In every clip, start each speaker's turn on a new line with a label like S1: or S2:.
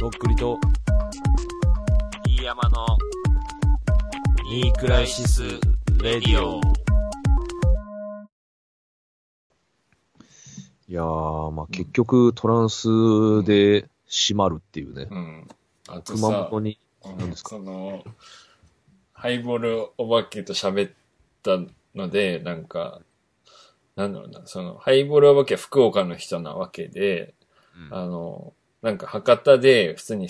S1: とっくりと、
S2: 飯山の、ニークライシス・レディオ。
S1: いやー、まあ結局トランスで閉まるっていうね。
S3: うん。あと
S1: 熊
S3: さ
S1: 本、に、
S3: うん
S1: 何ですか
S3: その、ハイボールお化けと喋ったので、なんか、なんだろうな、その、ハイボールお化けは福岡の人なわけで、あの、なんか博多で普通に、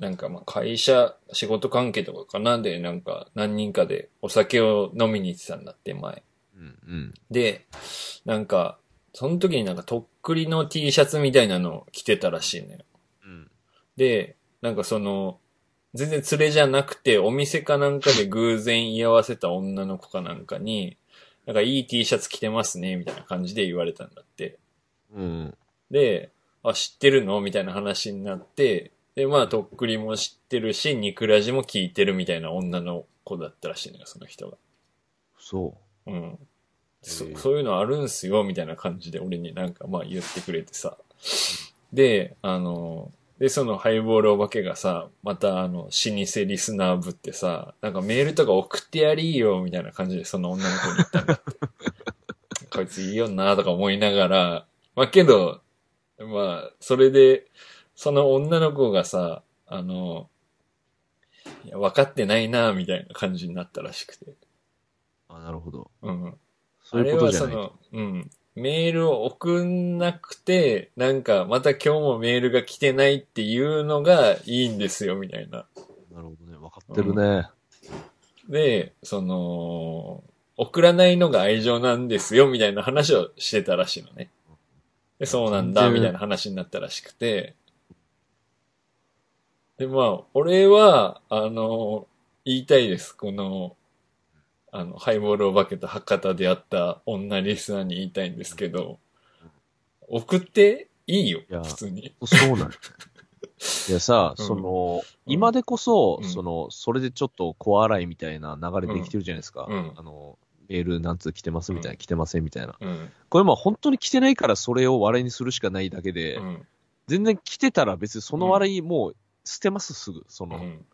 S3: なんかまあ会社、仕事関係とかかなで、なんか何人かでお酒を飲みに行ってたんだって、前。
S1: うん、うん。
S3: で、なんか、その時になんかとっくりの T シャツみたいなのを着てたらしいのよ。
S1: うん。
S3: で、なんかその、全然連れじゃなくて、お店かなんかで偶然居合わせた女の子かなんかに、なんかいい T シャツ着てますね、みたいな感じで言われたんだって。
S1: うん。
S3: で、あ、知ってるのみたいな話になって、で、まあ、とっくりも知ってるし、ニクラジも聞いてるみたいな女の子だったらしいのよ、その人が。
S1: そ
S3: うん。そ
S1: へえ
S3: そういうのあるんすよ、みたいな感じで俺になんかまあ言ってくれてさ。で、あの、で、そのハイボールお化けがさ、またあの、老舗リスナー部ってさ、なんかメールとか送ってやりよ、みたいな感じでその女の子に言ったんだって。こいついいよな、とか思いながら、まあけど、まあ、それで、その女の子がさ、あの、いや、分かってないな、みたいな感じになったらしくて。
S1: う。あ、なるほど。
S3: うん。
S1: そういうことじゃない
S3: あれはその、うん。メールを送んなくて、なんか、また今日もメールが来てないっていうのがいいんですよ、みたいな。
S1: なるほどね。分かってるね。
S3: で、その、送らないのが愛情なんですよ、みたいな話をしてたらしいのね。で、そうなんだ、
S1: 全然
S3: みたいな話になったらしくて。で、まあ、俺は、あの、言いたいです。この、あの、ハイボールお化けと博多で会った女リスナーに言いたいんですけど、送っていいよ
S1: いや、
S3: 普通に。
S1: そうなんだよね。いやさ、
S3: うん
S1: その、今でこそ、
S3: うん
S1: その、それでちょっと小洗いみたいな流れできてるじゃないですか。
S3: うんうん
S1: あの、メール何通来てますみたいな、来てませんみたいな。
S3: うん、
S1: これまあ本当に来てないからそれを笑いにするしかないだけで、
S3: うん、
S1: 全然来てたら別にその笑いもう捨てますすぐ。そうの、
S3: ん。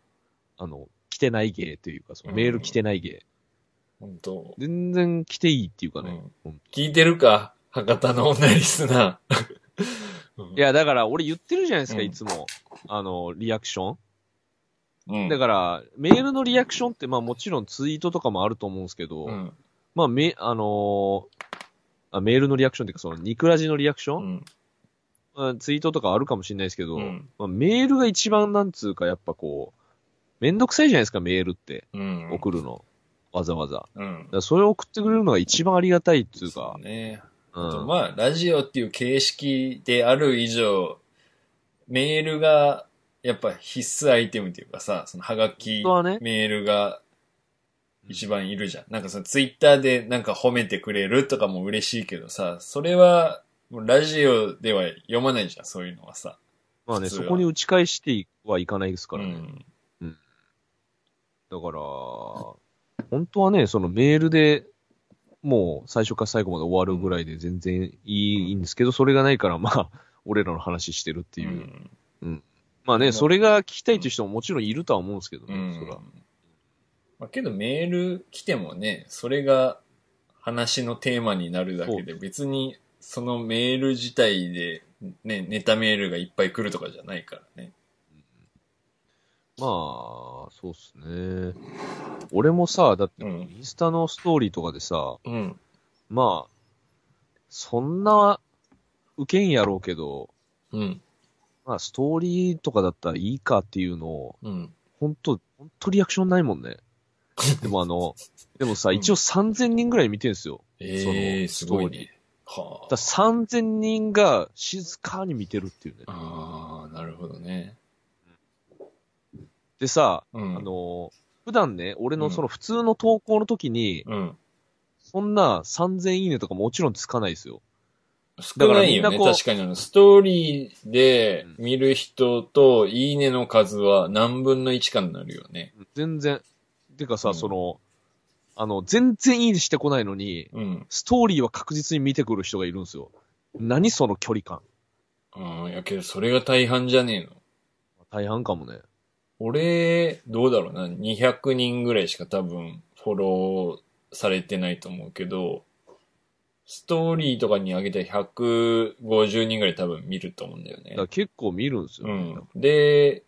S1: あの、来てない芸というか、その
S3: うん
S1: メール来てない芸。
S3: 本当。
S1: 全然来ていいっていうかね。
S3: うん聞いてるか博多の女リスナ ー。
S1: い、や、だから俺言ってるじゃないですか、
S3: うん
S1: いつも。あの、リアクション。
S3: うん、
S1: だから、メールのリアクションって、まあもちろんツイートとかもあると思うんですけど、
S3: うん、
S1: まあ、め、あのーあメールのリアクションっていうか、その、ニクラジのリアクショ
S3: う
S1: ン、
S3: ん、
S1: まあツイートとかあるかもしれないですけど、
S3: うん
S1: まあ、メールが一番なんつうか、やっぱこう、めんどくさいじゃないですか、メールって。
S3: うん。
S1: 送るの。わざわざ。だか
S3: うん。
S1: らそれを送ってくれるのが一番ありがたいっていうか
S3: そう。ね。
S1: う
S3: あと
S1: ん。
S3: まあ、ラジオっていう形式である以上、メールが、やっぱ必須アイテムというかさ、そのハガ
S1: 本
S3: キ、
S1: 当はね
S3: メールが一番いるじゃん。なんかそのツイッターでなんか褒めてくれるとかも嬉しいけどさ、それは、もうラジオでは読まないじゃん、そういうのはさ。
S1: まあね、
S3: 普通
S1: そ
S3: は
S1: こに打ち返してはいかないですからね。
S3: うん
S1: だから、本当はね、そのメールでもう最初から最後まで終わるぐらいで全然いい,、ん、ですけど、それがないから、まあ、俺らの話してるっていう。
S3: うん
S1: まあ
S3: で
S1: ね、
S3: も
S1: それが聞きたいという人ももちろんいるとは思うんですけどね、
S3: うん
S1: そら。
S3: まあ、けどメール来てもね、それが話のテーマになるだけで、別にそのメール自体で、ね、ネタメールがいっぱい来るとかじゃないからね。
S1: まあ、そうっすね。俺もさ、だって、
S3: うん
S1: インスタのストーリーとかでさ、
S3: うん。
S1: まあ、そんな、受けんやろうけど、
S3: うん。
S1: まあ、ストーリーとかだったらいいかっていうのを、
S3: うん。
S1: ほんと、ほんとリアクションないもん ね。でもあの、でもさ、
S3: うん
S1: 一応3000人ぐらい見てるんですよ。その
S3: ええすごいね。
S1: だ
S3: は
S1: から3000人が静かに見てるっていうね
S3: あ。。ああ、なるほどね。
S1: でさ、
S3: うん。
S1: あ、の、普段ね、俺のその普通の投稿の時に、
S3: うん。
S1: そんな3000いいねとかもちろんつかないですよ。
S3: 少ないよ
S1: だからみんな
S3: ね。
S1: こう
S3: 確かにあの、ストーリーで見る人と、いいねの数は何分の1かになるよね。
S1: 全然。てかさ、
S3: うん
S1: その、あの、全然いいねしてこないのに、
S3: うん。
S1: ストーリーは確実に見てくる人がいるんですよ。何その距離感。
S3: うん。いやけど、それが大半じゃねえの。
S1: 大半かもね。
S3: 俺、どうだろうな。200人ぐらいしか多分フォローされてないと思うけど、ストーリーとかに上げて150人ぐらい多分見ると思うんだよね
S1: だか。ら結構見るんですよ、
S3: う。
S1: みんなん
S3: で、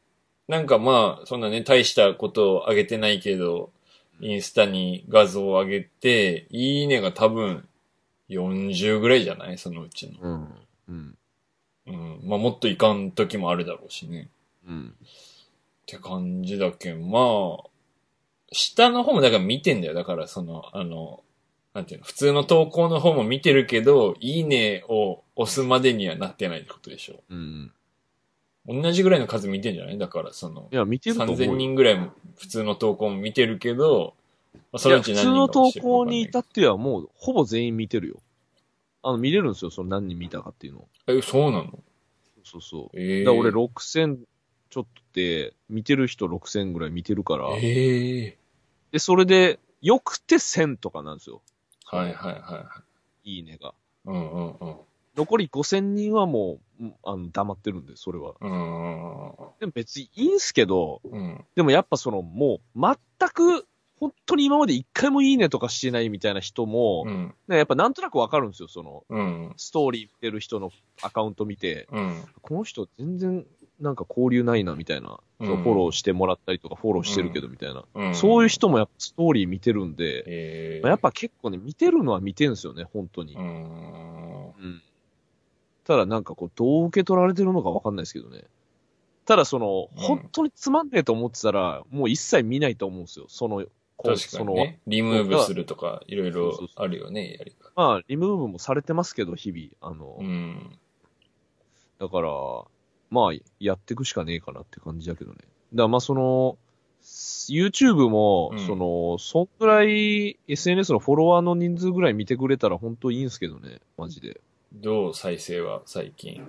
S3: なんかまあ、そんなね、大したことを上げてないけど、インスタに画像を上げて、いいねが多分40ぐらいじゃないそのうちの。
S1: うん。うん。
S3: うん。まあもっといかん時もあるだろうしね。
S1: うん。
S3: って感じだけん、まあ、下の方もだから見てんだよ。だからその、あの、なんていうの、普通の投稿の方も見てるけど、いいねを押すまでにはなってないってことでしょ。
S1: うん。
S3: 同じぐらいの数見てんじゃないだからその
S1: い、や、見てると思うよ。
S3: 3000人ぐらいも普通の投稿も見てるけど、まあそのうち
S1: いや普
S3: 何
S1: 通の
S3: 人か
S1: 投
S3: も知る
S1: 稿に至ってはもう、ほぼ全員見てるよ。あの、見れるんですよ、その何人見たかっていうのを。
S3: え、そうなの
S1: そうそう。
S3: ええ
S1: だから俺6000ちょっとで、見てる人6000ぐらい見てるから、
S3: ええ
S1: で、それで、よくて1000とかなんですよ。
S3: はいはいはいはい。
S1: いいねが。
S3: うんうんうん。
S1: 残り5000人はもう、うんあの、黙ってるんで、それは。
S3: うん
S1: でも別にいいんすけど、
S3: うんうん。うん。
S1: でもやっぱその、もう、全く、本当に今まで一回もいいねとかしてないみたいな人も、
S3: うん。
S1: ねやっぱなんとなくわかるんですよ、その、
S3: うん。
S1: ストーリー見てる人のアカウント見て、
S3: うん。
S1: この人全然なんか交流ないなみたいな、
S3: うん
S1: そうフォローしてもらったりとかフォローしてるけどみたいな、
S3: うん。
S1: そういう人もやっぱストーリー見てるんで、
S3: ええ
S1: まあやっぱ結構ね、見てるのは見てるんですよね、本当に。
S3: うーん。
S1: うんただなんかこう、どう受け取られてるのかわかんないですけどね。ただその、
S3: うん
S1: 本当につまんねえと思ってたら、もう一切見ないと思うんですよ。その、こう
S3: 確か
S1: そ
S3: に
S1: の、
S3: ね。リムーブするとか、いろいろ
S1: そうそうそ
S3: あるよね、やり方。
S1: まあ、リムーブもされてますけど、日々。あの、
S3: うん。
S1: だから、まあ、やっていくしかねえかなって感じだけどね。だからまあ、その、YouTube も
S3: うん、
S1: その、そんぐらい SNS のフォロワーの人数ぐらい見てくれたら本当いいんすけどね、マジで。
S3: どう再生は最近。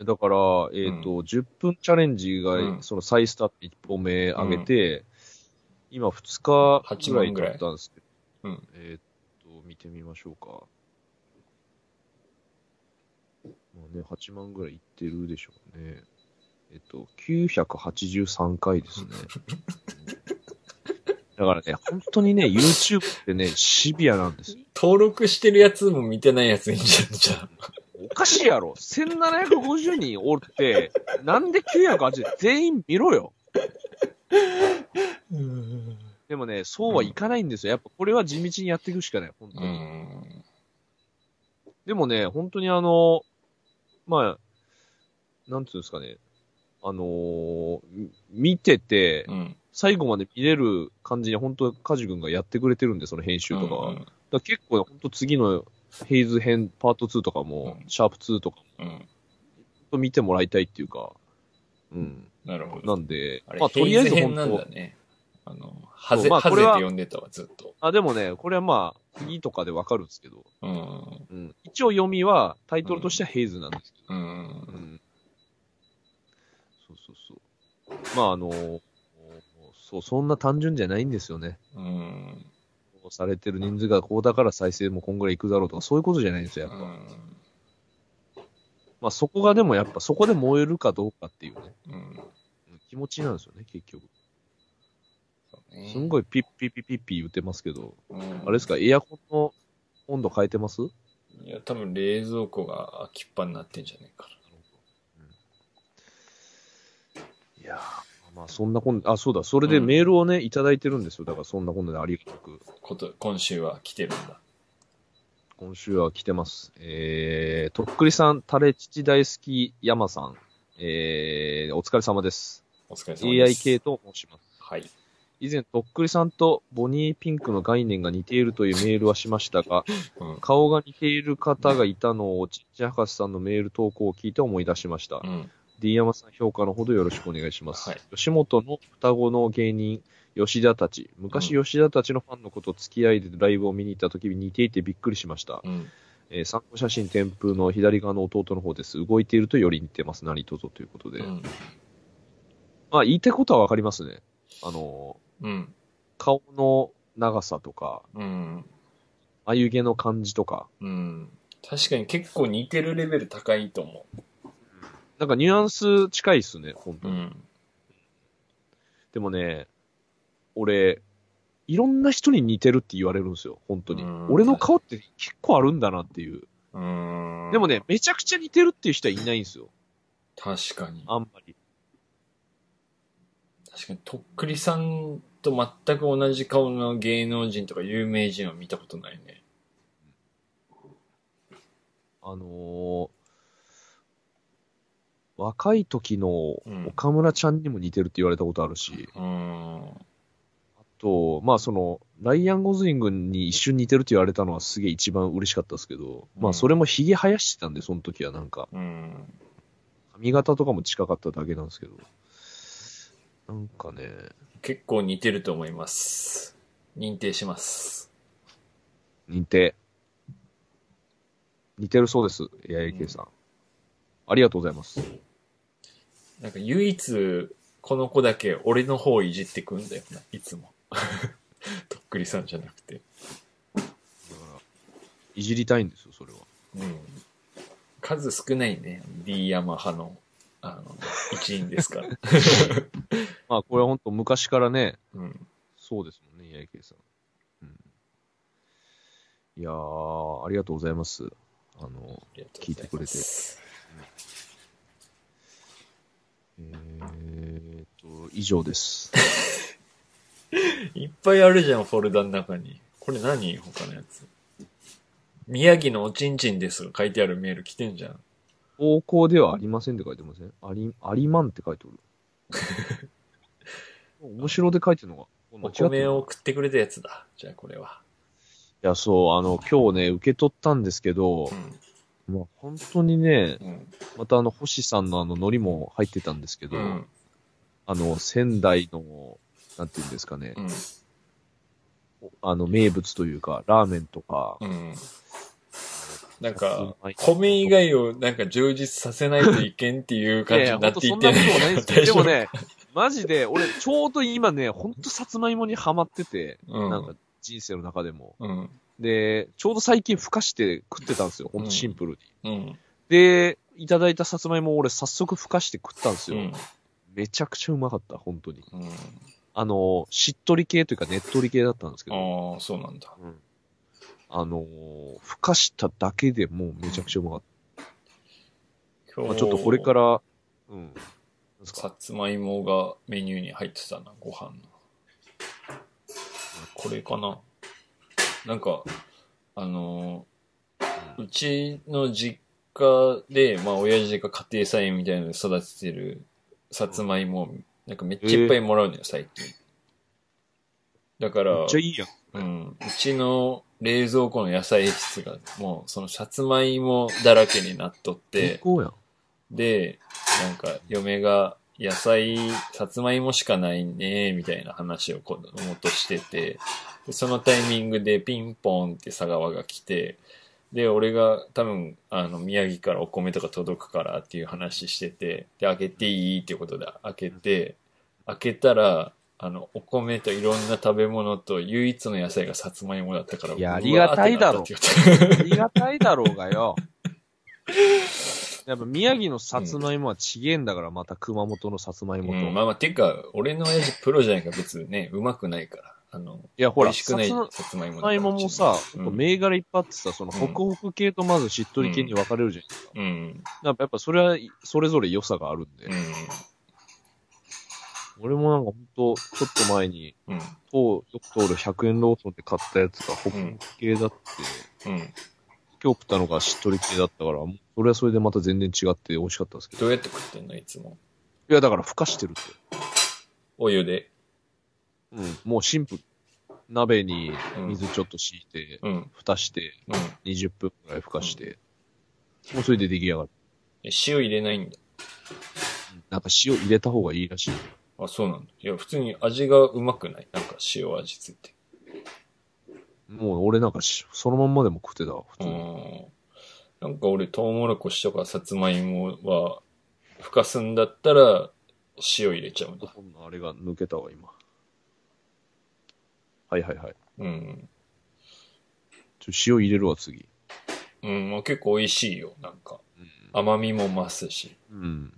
S1: だから、えっ、と、10分チャレンジが、
S3: うん
S1: その再スタート1本目上げて、今2日ぐら
S3: 8万
S1: い
S3: ぐらい
S1: 経ったんですけど、
S3: うん
S1: えっ、と、見てみましょうか。もうね、8万ぐらいいってるでしょうね。えっ、と、983回です ね。だからね、本当にね、YouTube ってね、シビアなんですよ。
S3: 登録してるやつも見てないやついんじゃん、じゃあ。
S1: おかしいやろ。1750人おって、なんで980全員見ろよ。
S3: うん。
S1: でもね、そうはいかないんですよ。やっぱこれは地道にやっていくしかない、本当
S3: う
S1: に。
S3: ん。
S1: でもね、本当にあの、まあ、なんていうんですかね、あのーみ見てて、
S3: うん。
S1: 最後まで見れる感じに本当、カジ君がやってくれてるんで、その編集とかは。だから結構、本当次のヘイズ編パート2とかも、
S3: う
S1: シャープ2とか
S3: うん。
S1: も見てもらいたいっていうか、うん。
S3: なるほど。
S1: なんで
S3: あ、れ、
S1: まあ、とりあえず
S3: ヘイズ
S1: 本
S3: 編なん
S1: 当
S3: だ、ね。あの、ハ
S1: そ
S3: ゼ、
S1: うまあ
S3: ハゼ
S1: こ
S3: っ
S1: れ
S3: て
S1: は
S3: 呼んでたわ、ずっと。
S1: あ、でもね、これはまあ、次とかでわかるんですけど、
S3: うん。
S1: うん、一応読みは、タイトルとしてはヘイズなんですけ
S3: う。
S1: ど、うんんそうそうそう。まあ、あの、そう、そんな単純じゃないんですよね。
S3: うん。
S1: こうされてる人数がこうだから再生もこんぐらいいくだろうとか、そういうことじゃないんですよ、や
S3: う
S1: っぱ。
S3: ん。
S1: まあ、そこがでもやっぱ、そこで燃えるかどうかっていうね、
S3: うん。
S1: うん気持ちなんですよね、結局。
S3: そうね
S1: すんごいピッピッピッピッピ言ってますけど、
S3: うん
S1: あれですか、エアコンの温度変えてます
S3: いや、多分冷蔵庫が空きっぱになってんじゃねえか
S1: いやーまあそんなこんあ、そうだ、それでメールをね、いただいてるんですよ。だからそんなこんなでありがたく、
S3: な。こと、今週は来てるんだ。
S1: 今週は来てます。えー、とっくりさん、タレ父大好き山さん、えー、お疲れ様です。
S3: お疲れ様です。
S1: AIK と申します。
S3: はい。
S1: 以前、とっくりさんとボニーピンクの概念が似ているというメールはしましたが、
S3: うん。
S1: 顔が似ている方がいたのを、ちっちゃ博士さんのメール投稿を聞いて思い出しました。
S3: うん。
S1: D 山さん評価のほどよろしくお願いします。
S3: はい
S1: 吉本の双子の芸人、吉田たち。昔、吉田たちのファンの子と付き合いでライブを見に行った時に似ていてびっくりしました。
S3: うん。
S1: えー参考写真添付の左側の弟の方です。動いているとより似てます。何卒ということで。
S3: うん
S1: まあ、言いたいことはわかりますね。あの
S3: うん。
S1: ー、顔の長さとか、
S3: うん。
S1: 眉毛の感じとか、
S3: うん。確かに結構似てるレベル高いと思
S1: なんかニュアンス近いっすね、本
S3: う。
S1: 当
S3: う
S1: に。
S3: ん。
S1: でもね、俺、いろんな人に似てるって言われるんですよ、本当に
S3: う。ん
S1: 俺の顔って結構あるんだなっていう。
S3: うーん。
S1: でもね、、めちゃくちゃ似てるっていう人はいないんですよ、
S3: 確かに。
S1: あんまり。
S3: 確かに、とっくりさんと全く同じ顔の芸能人とか有名人は見たことないね。
S1: あのー若い時の
S3: うん
S1: 岡村ちゃんにも似てるって言われたことあるし、
S3: うーん。
S1: あと、まあその、ライアン・ゴズリングに一瞬似てるって言われたのはすげえ一番嬉しかったですけど、まあ
S3: うん
S1: それもヒゲ生やしてたんで、その時はなんか、
S3: うん。
S1: 髪型とかも近かっただけなんですけど、なんかね、
S3: 結構似てると思います。認定します。
S1: 似て、似てるそうです、八重圭さん。ありがとうございます。
S3: なんか唯一、この子だけ俺の方をいじってくんだよな、いつも。 とっくりさんじゃなくて。
S1: だから、いじりたいんですよ、それは。
S3: うん。数少ないね、D ヤマハの、あの、一員です から。
S1: まあ、これは本当昔からね、
S3: うん。
S1: そうですもんね、八重圭さん。うん、いやー、ありがとうございます。あの、
S3: ありがとう
S1: 聞いてくれて
S3: ござます
S1: えーっと、以上 です。
S3: いっぱいあるじゃん、フォルダの中に。これ何他のやつ。宮城のおちんちんですが書いてあるメール来てんじゃん。
S1: 方向ではありませんって書いてませんあり、ありまんって書いておる。 面白で書いてるのが。
S3: お米
S1: い
S3: を送ってくれたやつだ。じゃあこれは。
S1: や、そう、あの、今日ね、受け取ったんですけど、まあ、本当にね、
S3: うん。うん。
S1: またあの、星さんのあの、海苔も入ってたんですけど、
S3: うん。
S1: あの、仙台の、なんていうんですかね
S3: う、ん。
S1: あの、名物というか、ラーメンとか、
S3: うん。なんか、米以外をなんか充実させないといけんっていう感じになっていって
S1: いやいやほんとそんなこともないんですけど
S3: 大丈夫
S1: でもね、マジで、俺、ちょうど今ね、ほんとさつまいもにハマってて、
S3: うん。
S1: なんか、人生の中でも。
S3: うん。
S1: で、ちょうど最近、ふかして食ってたんですよ、ほんとシンプルに。
S3: うん。
S1: で、いただいたさつまいも、俺、早速ふかして食ったんです
S3: う
S1: よ。
S3: ん。
S1: めちゃくちゃうまかった、本当に。
S3: うん。
S1: あの、しっとり系というか、ねっとり系だったんですけど、
S3: ああ、そうなんだ。
S1: うんあのー、ふかしただけでもうめちゃくちゃうまかっ
S3: 今
S1: た。
S3: 日、
S1: まあ、ちょっとこれからら、うん。なんですか
S3: さつまいもがメニューに入ってたな、ご飯の。これかな。なんか、あのーうちの実家で、まあ、親父が家庭菜園みたいなので育ててるさつまいも、なんかめっちゃいっぱいもらうのよ、最近。だか
S1: め
S3: ら
S1: っち、ゃいいやん。
S3: うん、うちの冷蔵庫の野菜室が、もう、そのさつまいもだらけになっとって
S1: 最、高やん。
S3: で、なんか、嫁が、野菜、さつまいもしかないね、みたいな話を子供としてて、でそのタイミングでピンポンって佐川が来て、で、俺が多分、あの、宮城からお米とか届くからっていう話してて、で、開けていいっていうことで開けて、開けたら、あの、お米といろんな食べ物と唯一の野菜がさつまいもだったから、
S1: いや
S3: うわ
S1: ありがたいだろ
S3: ーってなったって言って
S1: ありがたいだろうが よ。やっぱ宮城のさつまいもはちげえんだから、また熊本のさつまいもと。
S3: うん、
S1: い
S3: まあまあ、てか、俺の親父プロじゃないから別にね、うまくないから。あの、
S1: や、ほ
S3: 美
S1: ら、
S3: 味し
S1: さつ
S3: くない
S1: ま
S3: さつまいもだから
S1: いももさ、
S3: うん
S1: ほんと銘柄いっぱいあってさ、その
S3: うん
S1: ホクホク系とまずしっとり系に分かれるじゃないですか。
S3: うん。
S1: なんかやっぱそれは、それぞれ良さがあるんで。
S3: う
S1: 俺もなんかほんと、ちょっと前に、
S3: ん。
S1: と、よく通る100円ローソンで買ったやつがホクホク系だって、
S3: うん。
S1: 今日食ったのがしっとり系だったから、もうそれはそれでまた全然違って美味しかったですけど。
S3: どうやって食ってんのいつも。
S1: いや、だから、ふかしてるって。
S3: お湯で。
S1: うん。もうシンプル。鍋に
S3: うん
S1: 水ちょっと敷いて、
S3: うん。
S1: 蓋して、
S3: うん。
S1: 20分くらいふかして、もうそれで出来上がる。
S3: え塩入れないんだ。
S1: なんか塩入れた方がいいらしい。
S3: あ、そうなんだ。いや、普通に味がうまくないなんか塩味ついて。
S1: もう俺なんかしそのまんまでも食ってたわ、普通
S3: う
S1: に。
S3: ん。なんか俺、トウモロコシとかさつまいもは、ふかすんだったら、塩入れちゃうんだ。
S1: ほんのあれが抜けたわ、今。はいはいはい。
S3: うん。
S1: ちょ塩入れるわ、次。
S3: うん、まあ、結構美味しいよ。なんか、
S1: うん
S3: 甘みも増すし。
S1: うん。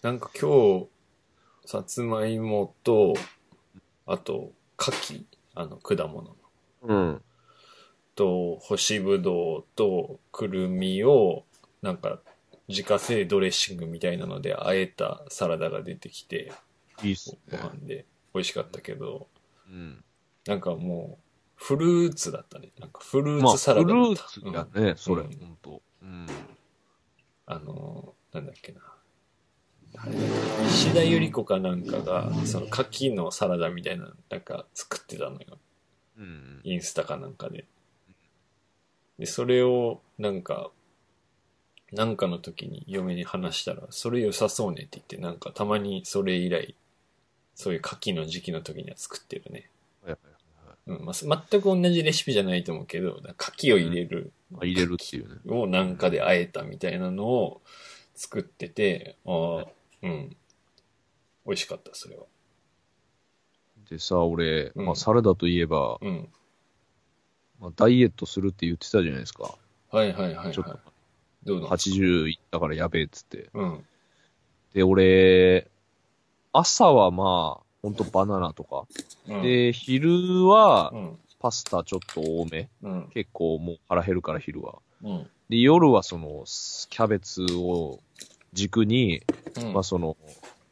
S3: なんか今日、さつまいもと、あと、牡蠣、あの、果物の
S1: うん。
S3: と、干しぶどうと、くるみを、なんか、自家製ドレッシングみたいなので、あえたサラダが出てきて、
S1: いいっす
S3: ご
S1: ね。
S3: 飯で美味しかったけど、
S1: うん。
S3: なんかもう、フルーツだったね。なんかフル
S1: まあ、
S3: ーツ
S1: フ
S3: サラ
S1: ル
S3: ダだっ
S1: ー
S3: た。
S1: ツだね、それ、
S3: うん
S1: ほんと。うん。
S3: あの、なんだっけな。あれだっけ石田ゆり子かなんかが、その牡蠣のサラダみたいな、なんか作ってたのよ。
S1: うん。
S3: インスタかなんかで。で、それを、なんか、なんかの時に嫁に話したら、それ良さそうねって言って、なんかたまにそれ以来、そういう牡蠣の時期の時には作ってるね。
S1: はいはいはい
S3: うん、まあ、全く同じレシピじゃないと思うけど、なんか牡蠣を入れる、
S1: まあ入れるっていうね。
S3: をなんかで会えたみたいなのを作ってて、ああ、うん。美味しかった、それは。
S1: でさ、俺、
S3: うん
S1: まあ、サラダといえば、
S3: うん。
S1: まあ、ダイエットするって言ってたじゃないですか。
S3: はいはいはい、はい。
S1: ちょっと
S3: どうだ
S1: 80いったからやべえっつって。
S3: うん。
S1: で、俺、朝はまあ、ほんとバナナとか。
S3: うん、
S1: で、昼は
S3: う、ん。
S1: パスタちょっと多め。
S3: うん。
S1: 結構もう腹減るから昼は。
S3: うん。
S1: で、夜はその、キャベツを軸に、
S3: うん。
S1: まあその、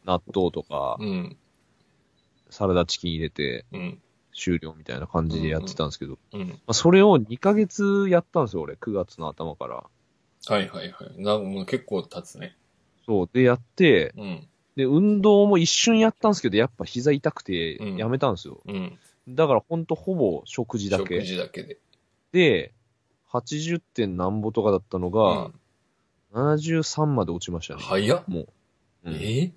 S1: 納豆とか、
S3: うん。
S1: サラダチキン入れて
S3: うん。
S1: 終了みたいな感じでやってたんですけど、
S3: うん。
S1: まあそれを2ヶ月やったんですよ、俺。9月の頭から。
S3: はいはいはい。なんもう結構経つね。
S1: そう。で、やって、
S3: うん。
S1: で、運動も一瞬やったんですけど、やっぱ膝痛くて
S3: うん、
S1: やめたんですよ。
S3: うん。
S1: だからほんとほぼ食事だ
S3: 食
S1: け。
S3: 事だけで。
S1: で、80点なんぼとかだったのが、
S3: うん
S1: 73まで落ちましたね。
S3: 早っ。
S1: もう。うん
S3: え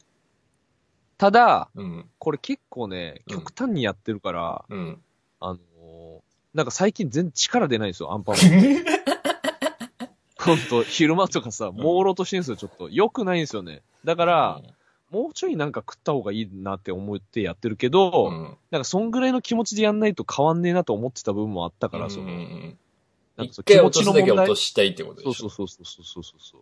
S1: ただ、
S3: うん。
S1: これ結構ね、
S3: うん
S1: 極端にやってるから、
S3: うん。
S1: あのーなんか最近全然力出ないんですよ、アンパンマン。 ほんと、昼間とかさ、朦朧としてるんですよ、ちょっと。良くないんですよね。だから、、もうちょいなんか食った方がいいなって思ってやってるけど、
S3: うん。
S1: なんかそんぐらいの気持ちでやんないと変わんねえなと思ってた部分もあったから、
S3: うん
S1: そ
S3: うんう
S1: の、
S3: ん
S1: なんかそ
S3: 一
S1: の気持
S3: 回落と
S1: ち
S3: す
S1: の
S3: だけ
S1: 問
S3: 落
S1: 題
S3: と。したいってことでし
S1: そ
S3: ょ。
S1: うそうそうそうそうそうそう。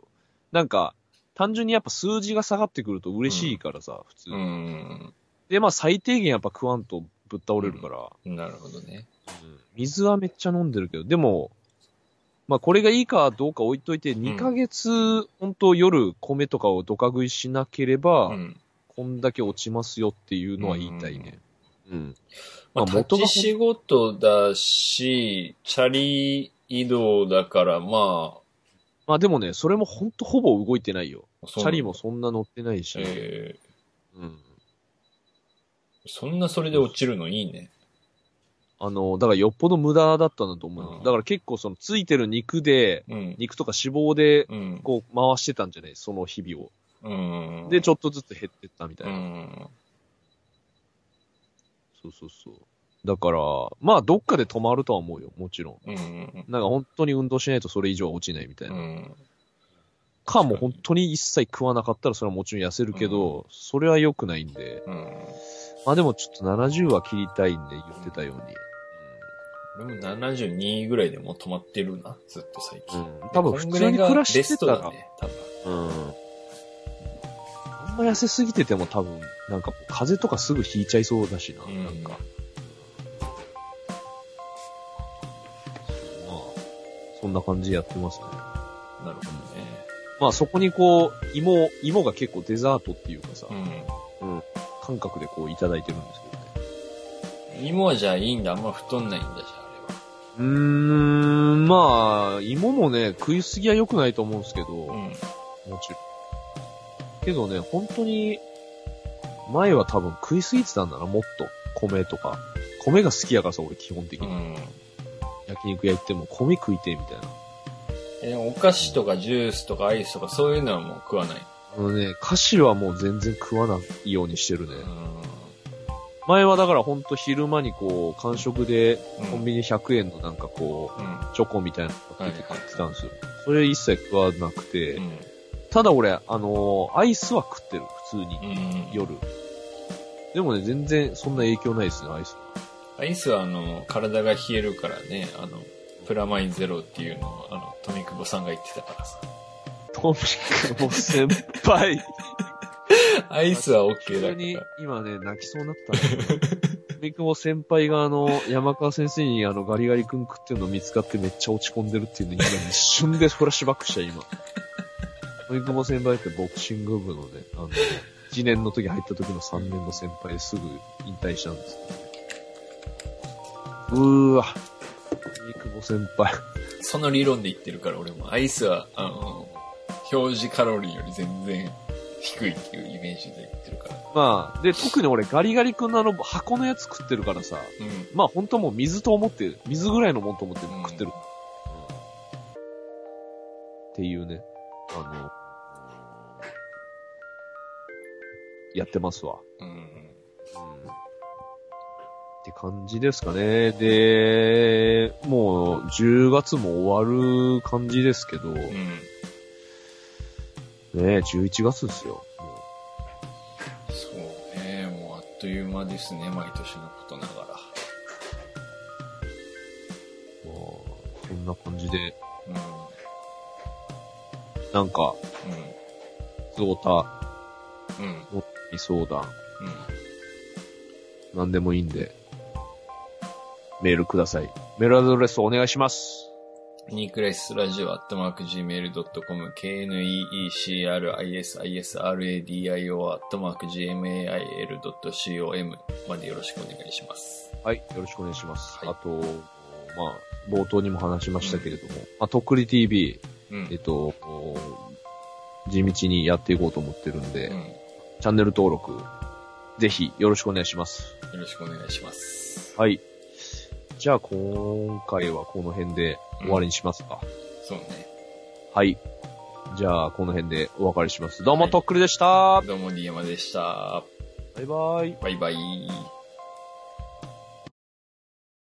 S1: なんか、単純にやっぱ数字が下がってくると嬉しいからさ、普通。
S3: うんうん
S1: で、まあ最低限やっぱ食わんとぶっ倒れるから、
S3: うん。なるほどね。
S1: うん水はめっちゃ飲んでるけど、でも、まあこれがいいかどうか置いといて、2ヶ月、本当夜米とかをドカ食いしなければ、
S3: うん。
S1: こんだけ落ちますよっていうのは言いたいね。うん。
S3: まあ、
S1: まあ元
S3: 立
S1: が
S3: ち仕事だし、チャリ移動だから、ま
S1: まあでもね、それもほんとほぼ動いてないよ。
S3: あ、
S1: チ
S3: そん
S1: ャリもそんな乗ってないし。
S3: え
S1: うん。
S3: ーそんなそれで落ちるのいいね。
S1: あの、だからよっぽど無駄だったんだと思うよ、
S3: うん
S1: だから結構そのついてる肉で、
S3: うん。
S1: 肉とか脂肪で、
S3: うん。
S1: こう回してたんじゃないその日々を。
S3: うん。
S1: で、ち
S3: ょ
S1: ょっとずつ減ってったみたいな。
S3: うん。
S1: そうそうそう。だから、まあどっかで止まるとは思うよ、もちろん。
S3: うん。
S1: なんか本当に運動しないとそれ以上は落ちないみたいうな。
S3: ん。
S1: か、もう本当に一切食わなかったらそれはもちろん痩せるけど、それは良くないんで。
S3: うん。
S1: まあでもちょっと70は切りたいんで言ってたように。
S3: 俺も72ぐらいでもう止まってるな、ずっと最
S1: う
S3: 近。
S1: ん。多分普通に暮らしてた
S3: こんぐいがベストだ
S1: ら、
S3: ね、多分。
S1: うん。あんま痩せすぎてても多分、なんかもう風邪とかすぐひいちゃいそうだしな。
S3: うん
S1: なんか。まあ、そんな感じでやってますね。
S3: なるほ
S1: まあそこにこう、芋、芋が結構デザートっていうかさ、
S3: どね。
S1: 感覚でこういただいてるんですけどね。
S3: うん。芋はじゃあいいんだ、あんま太んないんだじゃあ、
S1: うーん、まあ、芋もね、食いすぎは良くないと思うんですけど、
S3: あれは。うん。
S1: もちろん。けどね、本当に、前は多分食いすぎてたんだな、もっと。米とか。米が好きやからさ、俺基本的
S3: う
S1: に。
S3: ん。
S1: 焼肉屋行っても米食いて、みたいな。
S3: え、でもお菓子とかジュースとかアイスとかそういうのはもう食わない。
S1: あのね、菓子はもう全然食わないようにしてるね
S3: う。ん。
S1: 前はだからほんと昼間にこう、完食で
S3: うん
S1: コンビニ100円のなんかこ
S3: うん。
S1: う、チョコみたいなの買って
S3: はいはい
S1: 買ってたんですよ。それ一切食わなく
S3: う
S1: て。
S3: ん。
S1: ただ俺、あのーアイスは食ってる、普通に。
S3: うん。
S1: 夜。でもね、全然そんな影響ないですね、アイス。
S3: アイスはあの、体が冷えるからね、あの、プラマイゼロっていうのを、あの、富久保さんが言ってたからさ。
S1: トミックの先輩。
S3: アイスは
S1: 急
S3: OK だ
S1: に
S3: か
S1: 今ね、泣きそうになったんだけど。メイクも先輩があの、山川先生にあの、ガリガリ君食ってるの見つかってめっちゃ落ち込んでるっていうの今一瞬でフラッシュバックした今。メイクも先輩ってボクシング部のね、あの、1年の時入った時の3年の先輩ですぐ引退したんですけど。うーわ。メイクも先輩。
S3: ら。その理論で言ってるから俺もアイスは、あの、表示カロリーより全然低いっていうイメージで言ってるから。
S1: まあ、で、特に俺ガリガリ君のあの、箱のやつ食ってるからさ、
S3: うん。
S1: まあ本当もう水と思って、水ぐらいのもんと思って食ってる。っていうね、あの、やってますわ。
S3: う
S1: っ
S3: ん。
S1: て感じですかね。で、もう10月も終わる感じですけど、
S3: う
S1: ね
S3: ん。
S1: 11月ですよ。も
S3: そうね。もうあっという間ですね。毎年のことなが
S1: うまあこんな感じで、
S3: ら。
S1: な
S3: うん。
S1: んか、ゾータ、
S3: うん。うん。
S1: 未相談、
S3: うん。
S1: 何でもいいんで、メールください。メールアドレスお願いします。
S3: ニークライスラジオアットマーク Gmail.com KNEECRISISRADIO アットマーク Gmail.com までよろしくお願いします。
S1: はい、よろしくお願いします。
S3: はい
S1: あと、まあ、冒頭にも話しましたけれども、まあ、とっくり TV、
S3: う
S1: えっ
S3: ん。
S1: と、こう地道にやっていこうと思ってるんで、
S3: うん。よ
S1: チャンネル登録、ぜひよろしくお願いします。
S3: ろしくお願いします。
S1: はい。じゃあ、今回はこの辺で終わりにしますか。
S3: そうね。
S1: はい。じゃあ、この辺でお別れします。どうも、
S3: はい
S1: とっくりでした。
S3: どうも D 山でした。
S1: バイバイ。
S3: バイバイ。